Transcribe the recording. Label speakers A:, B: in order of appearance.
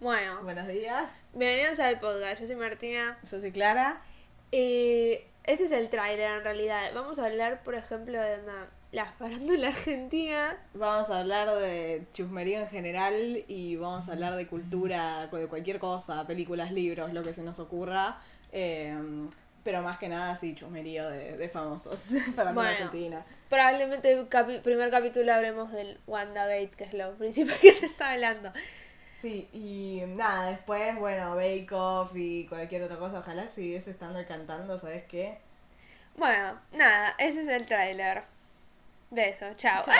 A: Bueno,
B: Buenos días,
A: bienvenidos al podcast. Yo soy Martina.
B: yo soy Clara.
A: Eh, este es el tráiler en realidad. Vamos a hablar, por ejemplo, de la, la farándula argentina.
B: Vamos a hablar de chusmería en general y vamos a hablar de cultura, de cualquier cosa, películas, libros, lo que se nos ocurra. Eh, pero más que nada, sí, chusmerío de, de famosos para
A: Bueno.
B: Argentina.
A: Probablemente el capi- primer capítulo hablemos del WandaVate, que es lo principal que se está hablando.
B: Sí, y nada, después, bueno, Bake Off y cualquier otra cosa. Ojalá siguiese estando el cantando, ¿sabes qué?
A: Bueno, nada, ese es el tráiler. Beso, chao.
B: Chao.